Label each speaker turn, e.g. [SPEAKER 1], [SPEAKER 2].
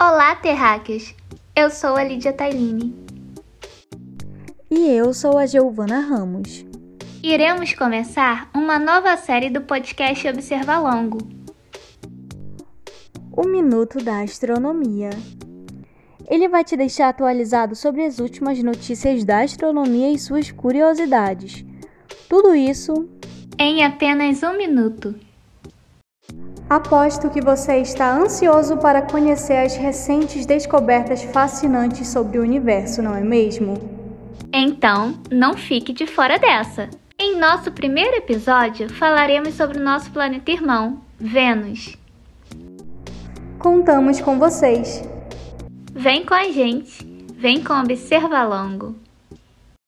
[SPEAKER 1] Olá, terráqueos! Eu sou a Lídia Tailini.
[SPEAKER 2] E eu sou a Giovana Ramos.
[SPEAKER 1] Iremos começar uma nova série do podcast Observa Longo.
[SPEAKER 2] O Minuto da Astronomia. Ele vai te deixar atualizado sobre as últimas notícias da astronomia e suas curiosidades. Tudo isso
[SPEAKER 1] Em apenas um minuto.
[SPEAKER 2] Aposto que você está ansioso para conhecer as recentes descobertas fascinantes sobre o universo, não é mesmo?
[SPEAKER 1] Então, não fique de fora dessa! Em nosso primeiro episódio, falaremos sobre o nosso planeta irmão, Vênus.
[SPEAKER 2] Contamos com vocês!
[SPEAKER 1] Vem com a gente! Vem com Observa Longo!